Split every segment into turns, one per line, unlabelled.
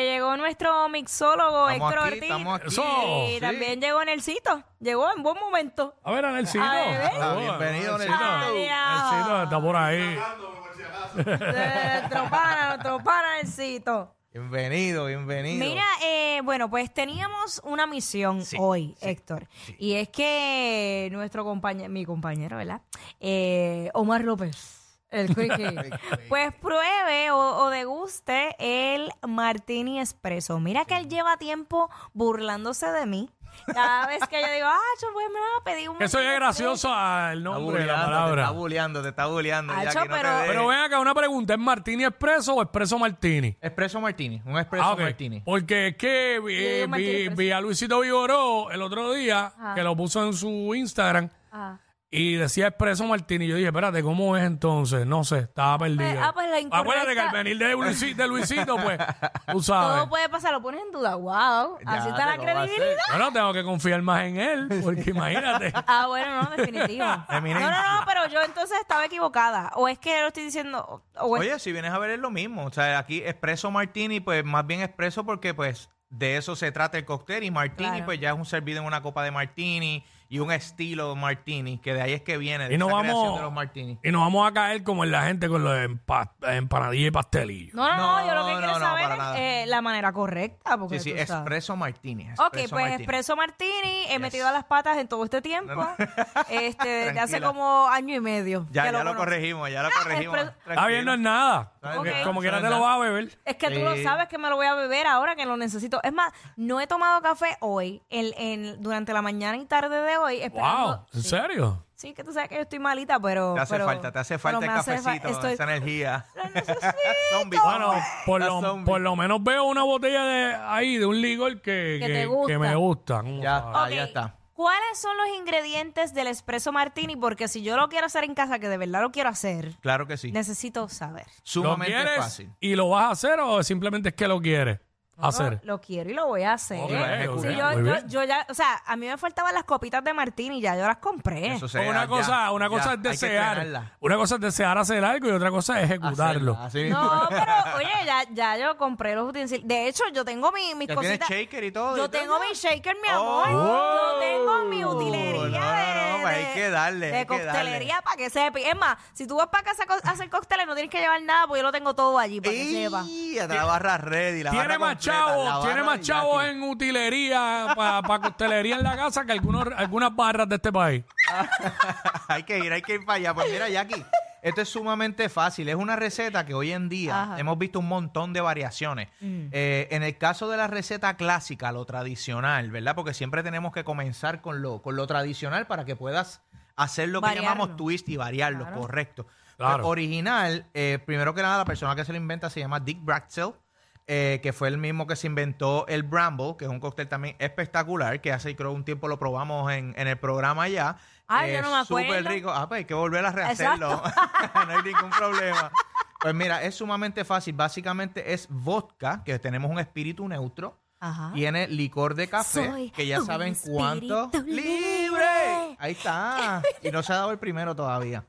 llegó nuestro mixólogo
Estamos
Héctor
aquí,
Ortiz.
estamos aquí.
Eso.
Y
Sí.
también llegó Nelsito. Llegó en buen momento.
A ver, Anelcito.
A ver.
Ah,
Bienvenido,
Anelcito.
Anelcito.
Anelcito está por ahí.
Eh, Nuestro pana, nuestro pana Nelsito.
Bienvenido, bienvenido.
Mira, eh, bueno, pues teníamos una misión
Sí,
hoy, Héctor. Y es que nuestro compañero, mi compañero, ¿verdad? Eh, Omar López, el Quickie, pues pruebe o, o deguste el Martini Espresso. Mira que él lleva tiempo burlándose de mí. Cada vez que yo digo, ah, yo pues me voy a pedir un.
Que eso ya es
Martini Espresso".
gracioso al
Está
nombre de la
buleando, te está
palabra.
buleando, te está buleando. ya
Acho,
que no te
pero-
dejes.
Pero ven acá, una pregunta. ¿Es Martini Expreso o Expreso Martini?
Espresso Martini, un espresso
Ah, ok.
Martini.
Porque es que vi,
Yo digo
vi-
Martini Expreso.
vi a Luisito Vigoró el otro día,
Ajá.
que lo puso en su Instagram,
Ah.
y decía Expreso Martini. Yo dije, espérate, ¿cómo es entonces? No sé, estaba perdido.
ah, pues la incorrecta-
Acuérdate que al venir de Luisito, de Luisito, pues, tú
Todo
sabes.
puede pasar, lo pones en duda. ¡Wow!
Ah, eh. Ya,
Así está la
¿cómo va a ser?
credibilidad.
Bueno, tengo que confiar más en él, porque imagínate.
Ah, bueno, no, definitivo. no, no, no, pero yo entonces estaba equivocada. O es que lo estoy diciendo. o- o es-
Oye, si vienes a ver es lo mismo. O sea, aquí espresso Martini, pues más bien espresso porque pues de eso se trata el cóctel. Y Martini,
Claro.
pues ya es un servido en una copa de Martini y un estilo Martini, que de ahí es que viene, de
Y no
esa creación
vamos-
de los Martini.
Y nos vamos a caer como en la gente con los empa- empanadillas y pastelillos.
no, no, no,
no,
yo lo que
no,
quiero
no,
saber
para
es
nada.
eh, la manera correcta. Porque
Sí, sí,
tú sabes.
espresso Martini.
Ok,
espresso
pues
Martini.
Espresso Martini, he metido a las patas en todo este tiempo.
No, no.
Este, desde hace
Tranquila.
como año y medio.
Ya,
que
ya lo
conozco. Ah,
corregimos, ya lo corregimos.
espresso-
Está bien, no es nada.
No es
Porque
nada.
Como
No
quiera
es
te lo
nada.
vas a beber.
Es que tú lo
Sí.
sabes que me lo voy a beber ahora que lo necesito. Es más, no he tomado café hoy, en- en- durante la mañana y tarde de hoy. esperando-
Wow, ¿en
Sí.
serio?
Sí, que tú sabes que yo estoy malita, pero.
Te hace
pero-
falta, te hace
pero
falta el
me hace fa-
cafecito,
estoy-
esa energía.
Lo necesito.
Zombie,
Bueno,
zombie,
por
la
lo,
zombie.
por lo menos veo una botella de ahí, de un licor que,
Que te
que-
gusta.
que me gusta. ¿Cómo
Ya
sabes?
Ok,
está, Ah, ya está.
¿Cuáles son los ingredientes del espresso martini? Porque si yo lo quiero hacer en casa, que de verdad lo quiero hacer,
Claro que sí.
necesito saber.
¿Lo
Sumamente
quieres
fácil.
y lo vas a hacer o simplemente es que lo quieres hacer?
Lo quiero y lo voy a hacer.
Ok,
lo
ok,
Sí,
voy a
yo,
muy
yo-
bien.
yo ya, o sea, a mí me faltaban las copitas de martini, ya yo las compré.
Eso sea,
una
ya,
cosa, una
ya,
cosa es
hay que
desear.
estrenarla.
Una cosa es desear hacer algo y otra cosa es ejecutarlo.
Hacerla, así mismo.
No, pero oye, ya, ya yo compré los utensilios. De hecho, yo tengo mi, mis
Ya tienes
cositas.
shaker y todo,
Yo
y todo.
tengo mi shaker, mi amor.
Oh.
Yo tengo mi
Oh,
utilería.
no, no,
de-
no, pues hay
de-
que darle,
De
hay que darle.
coctelería para que sepa. Es más, si tú vas para casa a co- a hacer cócteles, no tienes que llevar nada, porque yo lo tengo todo allí para que sepa.
Y hasta la barra ready, la
Tiene
barra
más
completa, la
chavos, tiene
barra
más
y
chavos
ya
en utilería, para costelería en la casa que algunos, algunas barras de este país.
tiene. hay que ir, hay que ir para allá. Pues mira, Jackie, esto es sumamente fácil. Es una receta que hoy en día
Ajá. Mm.
hemos visto un montón de variaciones. Eh, en el caso de la receta clásica, lo tradicional, ¿verdad? Porque siempre tenemos que comenzar con lo, con lo tradicional para que puedas hacer lo que
Variarlo.
llamamos twist y variarlo,
Claro.
correcto.
Claro.
Eh, original, eh, primero que nada, la persona que se lo inventa se llama Dick Braxel, eh, que fue el mismo que se inventó el Bramble, que es un cóctel también espectacular, que hace creo un tiempo lo probamos en, en el programa ya.
Ay, yo no me
Súper
acuerdo.
rico. Ah, pues hay que volver a rehacerlo. no hay ningún problema. Pues mira, es sumamente fácil. Básicamente es vodka, que tenemos un espíritu neutro.
Ajá.
Tiene licor de café,
Ah. Soy
que ya
un
saben cuánto.
espíritu libre.
¡Libre! Ahí está. Y no se ha dado el primero todavía.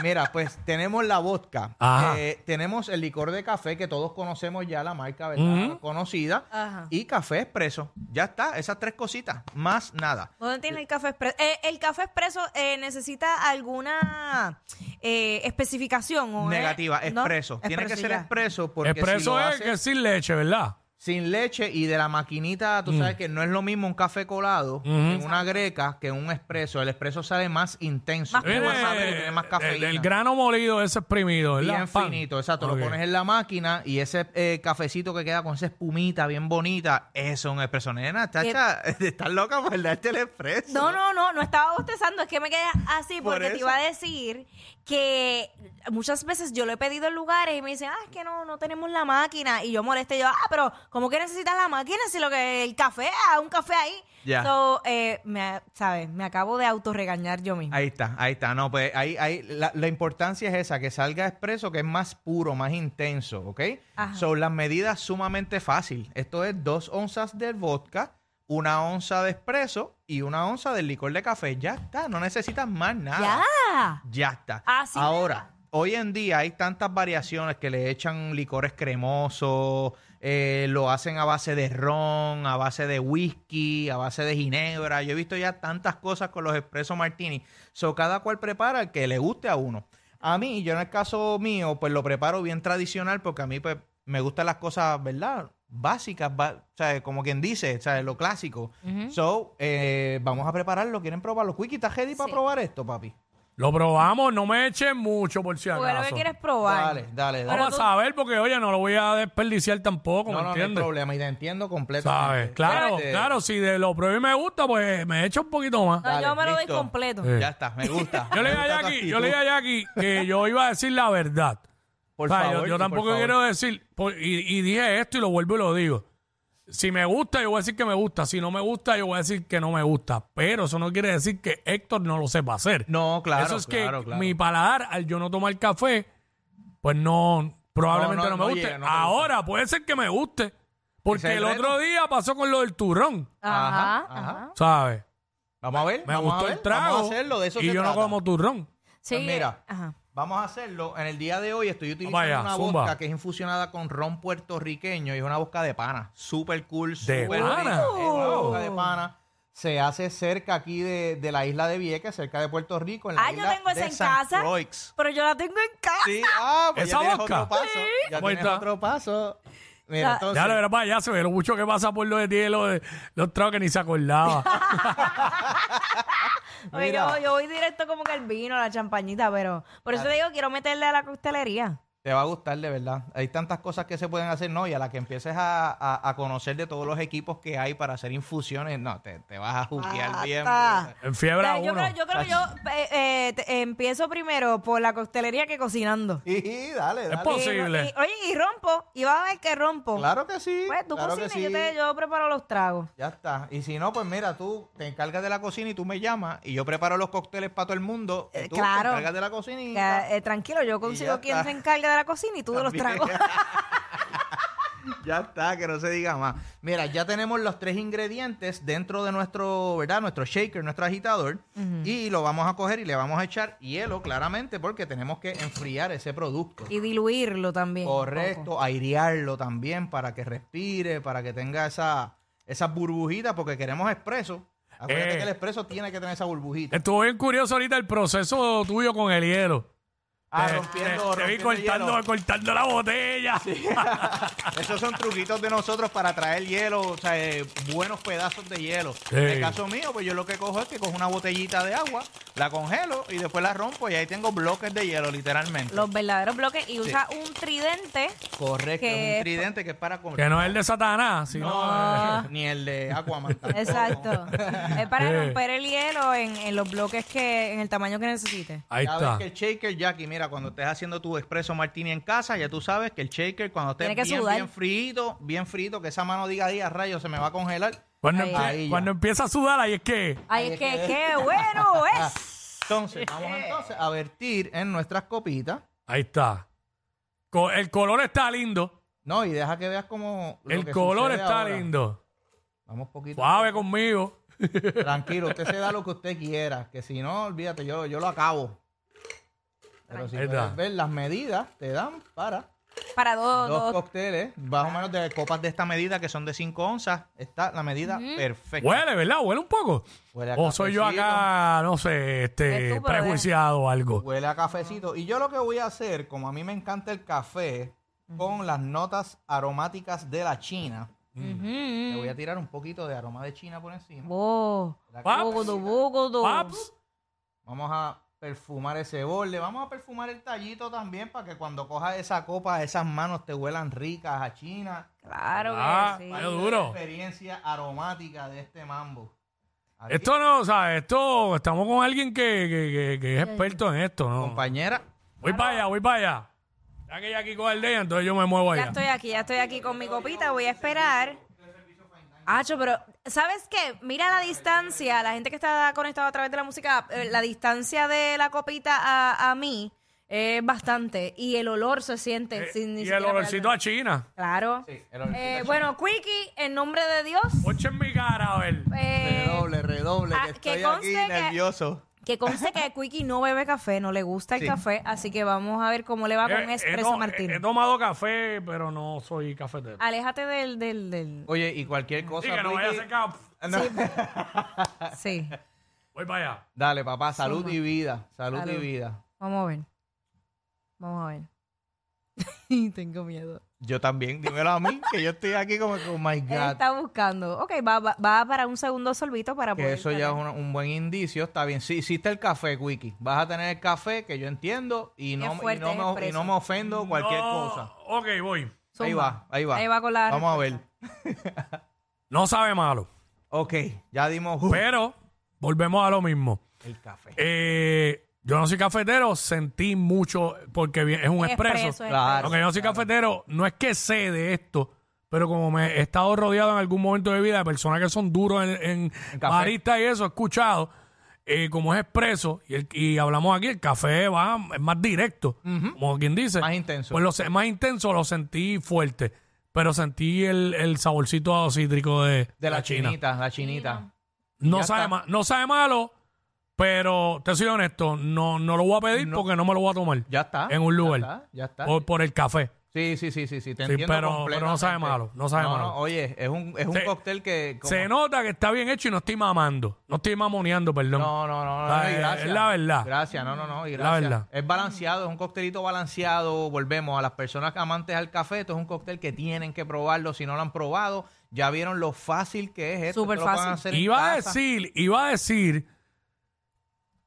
Mira, pues tenemos la vodka.
Ajá.
eh, tenemos el licor de café, que todos conocemos ya la marca, ¿verdad?
Ujú.
Conocida.
Ajá.
Y café expreso. Ya está, esas tres cositas. Más nada.
¿Dónde tiene el café expreso? Eh, ¿El café expreso eh, necesita alguna eh, especificación? ¿o es-
Negativa,
no?
expreso. Tiene que
Expreso,
ser
ya.
expreso porque
Expreso
si lo
es
haces
que es sin leche, ¿verdad?
sin leche y de la maquinita,
Mm.
tú sabes que no es lo mismo un café colado en una greca que en un expreso. El expreso sale más intenso,
Más
Ah, tiene
puro.
más sabor y tiene más
Eh, el,
cafeína.
grano molido es exprimido, ¿verdad?
bien
Pan.
finito, exacto.
Ok.
Lo pones en la máquina y ese eh, cafecito que queda con esa espumita bien bonita, eso es un expreso. Nena, chacha, estás loca por darte el expreso.
No, no, no, no estaba bostezando, es que me quedé así
Por
porque te
eso.
iba a decir que muchas veces yo lo he pedido en lugares y me dicen, ah, es que no, no tenemos la máquina. Y yo molesta y yo, ah, pero ¿cómo que necesitas la máquina si lo que el café, ah, un café ahí?
Ya.
So, eh, me, ¿sabes? Me acabo de autorregañar yo misma.
Ahí está, ahí está. No, pues ahí, ahí la, la importancia es esa, que salga expreso, que es más puro, más intenso, ¿ok?
Ajá.
Son las medidas sumamente fácil. Esto es dos onzas de vodka, una onza de expreso y una onza del licor de café. Ya está, no necesitas más nada.
Ya.
Ya está.
Así
Ahora, hoy en día hay tantas variaciones que le echan licores cremosos, eh, lo hacen a base de ron, a base de whisky, a base de ginebra. Yo he visto ya tantas cosas con los expresos martini. So, cada cual prepara el que le guste a uno. A mí, yo en el caso mío, pues lo preparo bien tradicional porque a mí pues, me gustan las cosas, ¿verdad? Básicas, ba- o sea, como quien dice, o sea, lo clásico. So, eh, vamos a prepararlo. ¿Quieren probarlo? Quickie, ¿estás ready para
Sí.
probar esto, papi?
Lo probamos, no me echen mucho por si
Porque lo que
acaso.
quieres probar.
Dale, dale, dale.
Pero
Vamos
tú-
a saber porque, oye, no lo voy a desperdiciar tampoco,
No,
¿me
no, no hay
entiendes?
problema, y te entiendo completamente.
¿Sabes? Claro,
Este,
claro, si de lo pruebo y me gusta, pues me echo un poquito más.
No,
Dale,
yo me lo doy
listo.
completo.
Eh.
Ya está, me gusta.
Yo le
Me
dije a
gusta tu
Jackie, yo
actitud.
le dije a Jackie que yo iba a decir la verdad.
Por
O sea, yo-
favor,
yo,
por
tampoco
favor.
quiero decir, por- y, y dije esto y lo vuelvo y lo digo. Si me gusta, yo voy a decir que me gusta. Si no me gusta, yo voy a decir que no me gusta. Pero eso no quiere decir que Héctor no lo sepa hacer.
No, claro,
eso es
claro,
que
claro.
mi paladar, al yo no tomar café, pues no, probablemente
No, no,
no, me
no
guste.
llega, no te gusta.
Ahora puede ser que me guste. Porque
Ese es
el
el reto.
otro día pasó con lo del turrón,
Ajá,
Ajá,
ajá.
ajá.
¿sabes?
Vamos a ver.
Me
vamos a
gustó
ver,
el trago.
Vamos a hacerlo, de eso
y
se
yo no
trata.
como turrón.
Sí. eh,
Pues mira.
Ajá.
Vamos a hacerlo. En el día de hoy estoy utilizando
Vaya,
una
zumba.
vodka que es infusionada con ron puertorriqueño y es una vodka de pana. Super cool,
¿De
super rica.
pana?
Es una
Oh.
vodka de pana. Se hace cerca aquí de, de la isla de Vieques, cerca de Puerto Rico. En la
Ah, yo
isla
tengo esa
de
en
San
casa.
Croix.
Pero yo la tengo en casa.
Sí, ah, pues
¿Esa
ya tienes
vodka?
otro paso. Ya
Ahí
tienes
está.
otro paso. Mira,
Ya.
entonces,
Ya lo verás para allá, se ve lo mucho que pasa por lo de ti y lo de los tragos que ni se acordaba.
Oye,
Mira.
yo, yo voy directo como que al vino, a la champañita, pero por eso te digo, quiero meterle a la costelería.
Te va a gustar, de verdad. Hay tantas cosas que se pueden hacer, ¿no? Y a la que empieces a, a- a conocer de todos los equipos que hay para hacer infusiones, no, te, te vas a juzguear
Ah,
bien.
está.
En fiebre a
O sea, yo
uno.
creo, yo creo que yo eh, eh, te- empiezo primero por la costelería que cocinando.
Y- Y dale,
Es
dale.
posible.
Y- oye, y rompo, y vas a ver que rompo.
Claro que sí.
Pues tú
claro que
cocinas,
sí.
yo, te- yo preparo los tragos.
Ya está. Y si no, pues mira, tú te encargas de la cocina y tú me llamas y yo preparo los cócteles para todo el mundo. y
Eh,
tú
claro.
te encargas de la
Que,
cocinita.
eh, tranquilo, yo consigo
ya
quien
está.
se encargue de la cocina y tú de los
También.
tragos.
Ya está, que no se diga más. Mira, ya tenemos los tres ingredientes dentro de nuestro, ¿verdad? Nuestro shaker, nuestro agitador. Y lo vamos a coger y le vamos a echar hielo, claramente, porque tenemos que enfriar ese producto.
y diluirlo también. un poco.
Correcto, airearlo también para que respire, para que tenga esa, esas burbujitas, porque queremos expreso. Acuérdate
Eh.
que el expreso tiene que tener esa burbujita.
Estuvo bien curioso ahorita el proceso tuyo con el hielo.
Ah,
Te-
rompiendo,
eh, te- te vi
rompiendo
cortando,
hielo.
cortando la botella.
Esos son truquitos de nosotros para traer hielo, o sea, eh, buenos pedazos de hielo.
Sí.
En el caso mío, pues yo lo que cojo es que cojo una botellita de agua, la congelo y después la rompo y ahí tengo bloques de hielo, literalmente.
Los verdaderos bloques y usa un tridente.
Correcto,
Que-
es un tridente que es para comer. eh,
Que no es el de Satanás, sino
No.
Ni el de Aquaman. tampoco.
Exacto. es para
Sí.
romper el hielo en, en los bloques que, en el tamaño que necesites.
Ahí
ya
está.
ves que el shaker, Jackie, mira, cuando estés haciendo tu expreso martini en casa, ya tú sabes que el shaker, cuando esté
Tiene que
bien,
sudar.
bien frito, bien frito, que esa mano diga, diga, rayo, se me va a congelar.
Cuando,
Ahí.
empie-
Ahí ya.
cuando empieza a sudar, ahí es que.
Ay, es que qué bueno es.
Entonces, vamos entonces a vertir en nuestras copitas.
Ahí está. Co- el color está lindo.
No, y deja que veas como... lo
El
que
color
sucede
está
ahora.
lindo.
Vamos poquito.
Suave conmigo.
Tranquilo, usted se da lo que usted quiera, que si no, olvídate, yo, yo lo acabo. Pero si
Ahí está.
quieres ver las medidas, te dan para
Para dos,
dos
dos.
cócteles, más o menos de copas de esta medida, que son de 5 onzas. Está la medida perfecta.
Huele, ¿verdad? Huele un poco.
Huele a
O soy yo
cafecito.
acá, no sé,
Eres
este,
tú, pero
prejuiciado o algo.
Huele a cafecito. Y yo lo que voy a hacer, como a mí me encanta el café, con las notas aromáticas de la China, le
Ujú.
voy a tirar un poquito de aroma de China por encima.
Mm. Bo.
La
Paps.
Bogodo, bogodo.
Paps.
Vamos a perfumar ese borde. Vamos a perfumar el tallito también para que cuando cojas esa copa, esas manos te huelan ricas a China.
Claro
Ah,
que sí.
vaya duro.
Experiencia aromática de este mambo. Aquí,
Esto no, o sea, esto, estamos con alguien que, que- que- que es experto en esto, ¿no?
Compañera,
Ah,
Voy para allá, voy para allá. Ya que ya aquí coge el día, entonces yo me muevo
Ya
allá.
estoy aquí, ya estoy aquí con mi copita, voy a esperar. Acho, pero ¿sabes qué? Mira la distancia, la gente que está conectada a través de la música, app, eh, la distancia de la copita a, a mí es bastante y el olor se siente.
Eh,
sin ni
y el
siquiera
olorcito
pegarle.
a China.
Claro.
Sí, el olorcito
Eh,
a
bueno, Quickie, en nombre de Dios,
Ponche en mi cara, a ver.
eh,
redoble, redoble,
ah,
que
que
estoy
conste
aquí
que-
nervioso.
Que conste que Quickie no bebe café, no le gusta el
Sí.
café, así que vamos a ver cómo le va con
Eh, He- he
Espresso
to-
Martini.
He, tomado café, pero no soy cafetero.
Aléjate del, del, del...
Oye, y cualquier cosa.
Así que no vaya a
Ricky-
ser caf-
No. Ah.
Sí,
Voy para allá.
Dale, papá, salud
Suma.
y vida. Salud, y
Salud.
vida.
vamos a ver. Vamos a ver. Tengo miedo.
Yo también, dímelo a mí, que yo estoy aquí como que, oh my
Él
God.
está buscando. Ok, va, va, va para un segundo sorbito para
Que
poder
eso ya es un, un buen indicio, está bien. Si hiciste el café, Wiki, vas a tener el café que yo entiendo y no,
Es fuerte,
y no me,
es
y no
expreso.
me ofendo cualquier
No,
cosa.
Ok, voy.
Ahí
Zumba.
va, ahí va.
Ahí va con la
Vamos a ver.
No sabe malo,
Ok, ya dimos uh,
pero volvemos a lo mismo.
el café.
Eh, yo no soy cafetero, sentí mucho porque vi- es un expreso.
Espresso,
Claro.
Aunque yo no soy cafetero, no es que sé de esto, pero como me he estado rodeado en algún momento de vida de personas que son duros en,
En
en
café.
baristas y eso, he escuchado, eh, como es expreso, y, el- y hablamos aquí, el café va, es más directo, como quien dice.
Más intenso.
Pues lo se- más intenso lo sentí fuerte, pero sentí el, el saborcito cítrico de,
de la, chinita, la chinita.
No
Ya
sabe,
está.
ma- no sabe malo, pero te soy honesto, no, no lo voy a pedir porque no me lo voy a tomar
Ya está.
En un
ya
lugar.
está, Ya está.
por, por el café.
Sí, sí, sí, sí, sí, te
Sí,
entiendo
pero- pero no sabe
completamente.
malo, no sabe malo.
oye, es un, es un
Se-
cóctel que... como-
Se nota que está bien hecho y no estoy mamando. No estoy mamoneando, perdón.
No, no, no, no,
Ah,
y
eh,
gracias.
es la verdad.
Gracias, no, no, no, y
La
gracias.
verdad.
Es balanceado, es un coctelito balanceado. Volvemos a las personas amantes al café. Esto es un cóctel que tienen que probarlo. Si no lo han probado, ya vieron lo fácil que es esto.
Súper
Esto lo pueden
fácil.
hacer en
iba a
casa.
decir, iba a decir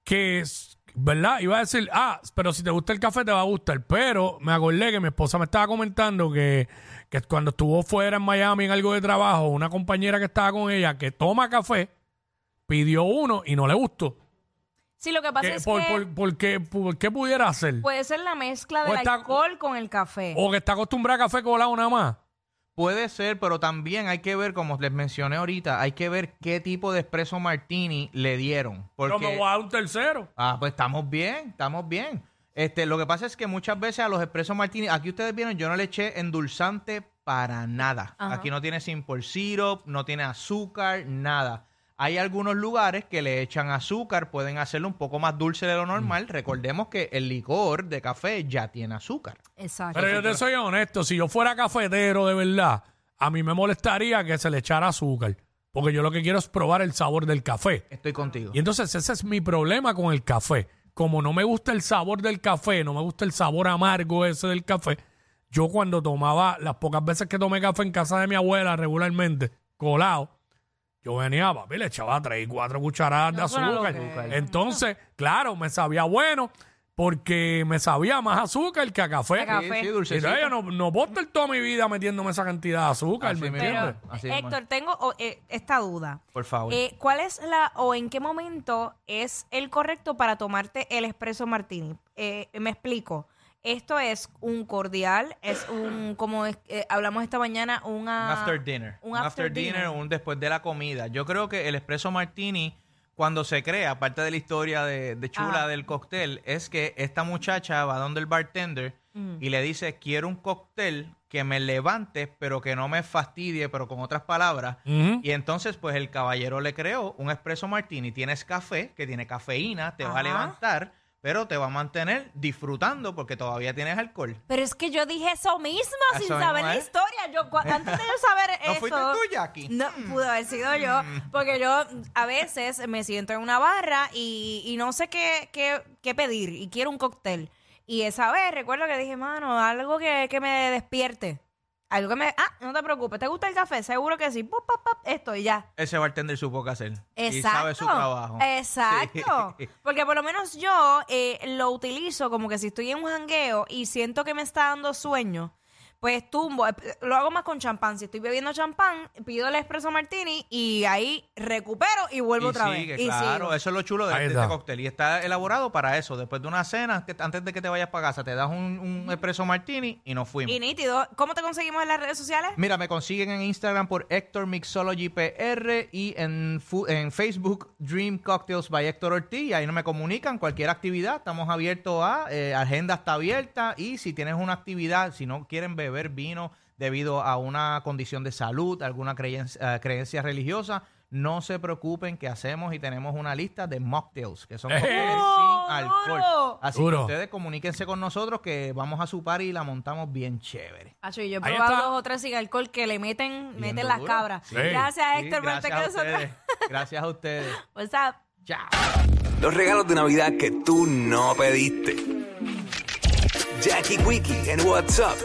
que, es- ¿verdad? Iba a decir, ah, pero si te gusta el café te va a gustar. Pero me acordé que mi esposa me estaba comentando que, que cuando estuvo fuera en Miami en algo de trabajo, una compañera que estaba con ella que toma café, pidió uno y no le gustó.
Sí, lo que pasa
Que-
es
por,
que Pues,
por- por qué, por qué pudiera hacer?
puede ser la mezcla
o
del
está- Oh.
alcohol con el café.
o que está acostumbrada a café colado nada más.
Puede ser, pero también hay que ver, como les mencioné ahorita, hay que ver qué tipo de espresso martini le dieron. Porque...
Pero me voy a dar un tercero.
Ah, pues estamos bien, estamos bien. Este, lo que pasa es que muchas veces a los expresos martini, aquí ustedes vieron, yo no le eché endulzante para nada.
Ajá.
Aquí no tiene simple syrup, no tiene azúcar, nada. Hay algunos lugares que le echan azúcar, pueden hacerlo un poco más dulce de lo
Mm.
normal. Recordemos que el licor de café ya tiene azúcar.
Exacto.
Pero yo te soy honesto, si yo fuera cafetero de verdad, a mí me molestaría que se le echara azúcar, porque yo lo que quiero es probar el sabor del café.
Estoy contigo.
Y entonces ese es mi problema con el café. Como no me gusta el sabor del café, no me gusta el sabor amargo ese del café, yo cuando tomaba, las pocas veces que tomé café en casa de mi abuela regularmente, colado, yo venía, papi, le echaba tres, cuatro cucharadas de
No, suena lo
azúcar.
que-
Entonces, claro, me sabía bueno porque me sabía más azúcar que a café.
A café.
Y
dulcecito.
entonces yo no, no puedo estar toda mi vida metiéndome esa cantidad de azúcar,
Así
¿me
mismo.
entiendes?
Pero,
Así es,
Héctor, tengo oh, eh, esta duda.
Por favor.
Eh, ¿Cuál es la o en qué momento es el correcto para tomarte el espresso martini? Eh, me explico. Esto es un cordial, es un, como es- eh, hablamos esta mañana, una,
Ah, Un after dinner.
Un after, dinner.
un después de la comida. Yo creo que el espresso martini, cuando se crea, parte de la historia de, de Chula
Ah.
del cóctel, es que esta muchacha va donde el bartender
Mm.
y le dice, quiero un cóctel que me levante, pero que no me fastidie, pero con otras palabras.
Ujú.
Y entonces, pues el caballero le creó un espresso martini. Tienes café, que tiene cafeína, te va a
Ajá.
levantar, pero te va a mantener disfrutando porque todavía tienes alcohol.
Pero es que yo dije eso mismo
Eso
sin
mismo,
saber la
¿eh?
historia. Yo, cua- antes de yo saber
¿No
eso.
fuiste tú, Jackie?
No, pudo haber sido yo, porque yo a veces me siento en una barra y, y no sé qué, qué, qué pedir y quiero un cóctel. Y esa vez recuerdo que dije, mano, algo que, que me despierte. Algo que me... Ah, no te preocupes, ¿te gusta el café? Seguro que sí. Pop, pop, pop, esto y ya.
Ese bartender supo qué hacer. Y
Exacto. Eh,
sabe su trabajo.
Exacto.
Sí.
Porque por lo menos yo eh, lo utilizo como que si estoy en un jangueo y siento que me está dando sueño, pues tumbo. eh, Lo hago más con champán. Si estoy bebiendo champán, pido el espresso martini y ahí recupero y vuelvo
Y
otra
sigue,
vez. Y
claro,
sigo.
eso es lo chulo de,
Ahí
de
está.
este cóctel. Y está elaborado para eso. Después de una cena, que- antes de que te vayas para casa, te das un, un espresso martini y nos fuimos.
Y nítido. ¿Cómo te conseguimos en las redes sociales?
Mira, me consiguen en Instagram por Héctor Mixology PR y en, fu- en Facebook Dream Cocktails by Héctor Ortiz. Y ahí no me comunican cualquier actividad. Estamos abiertos a, eh, agenda está abierta. Y si tienes una actividad, si no quieren beber vino debido a una condición de salud, alguna creencia, eh, creencia religiosa, no se preocupen que hacemos y tenemos una lista de mocktails, que son
¡Eh!
cócteles
¡Duro,
sin alcohol.
duro!
Así
Duro.
que ustedes comuníquense con nosotros que vamos a su party y la montamos bien chévere.
Acho, y yo he
Ahí
probado
está.
dos o tres sin alcohol que le meten,
Bien
meten las
duro.
cabras.
Sí.
Gracias,
Sí,
Héctor, por este estar
gracias
con
a
nosotros.
ustedes. Gracias a ustedes.
What's up?
Chao.
Los regalos de Navidad que tú no pediste. Jackie Quickie en WhatsApp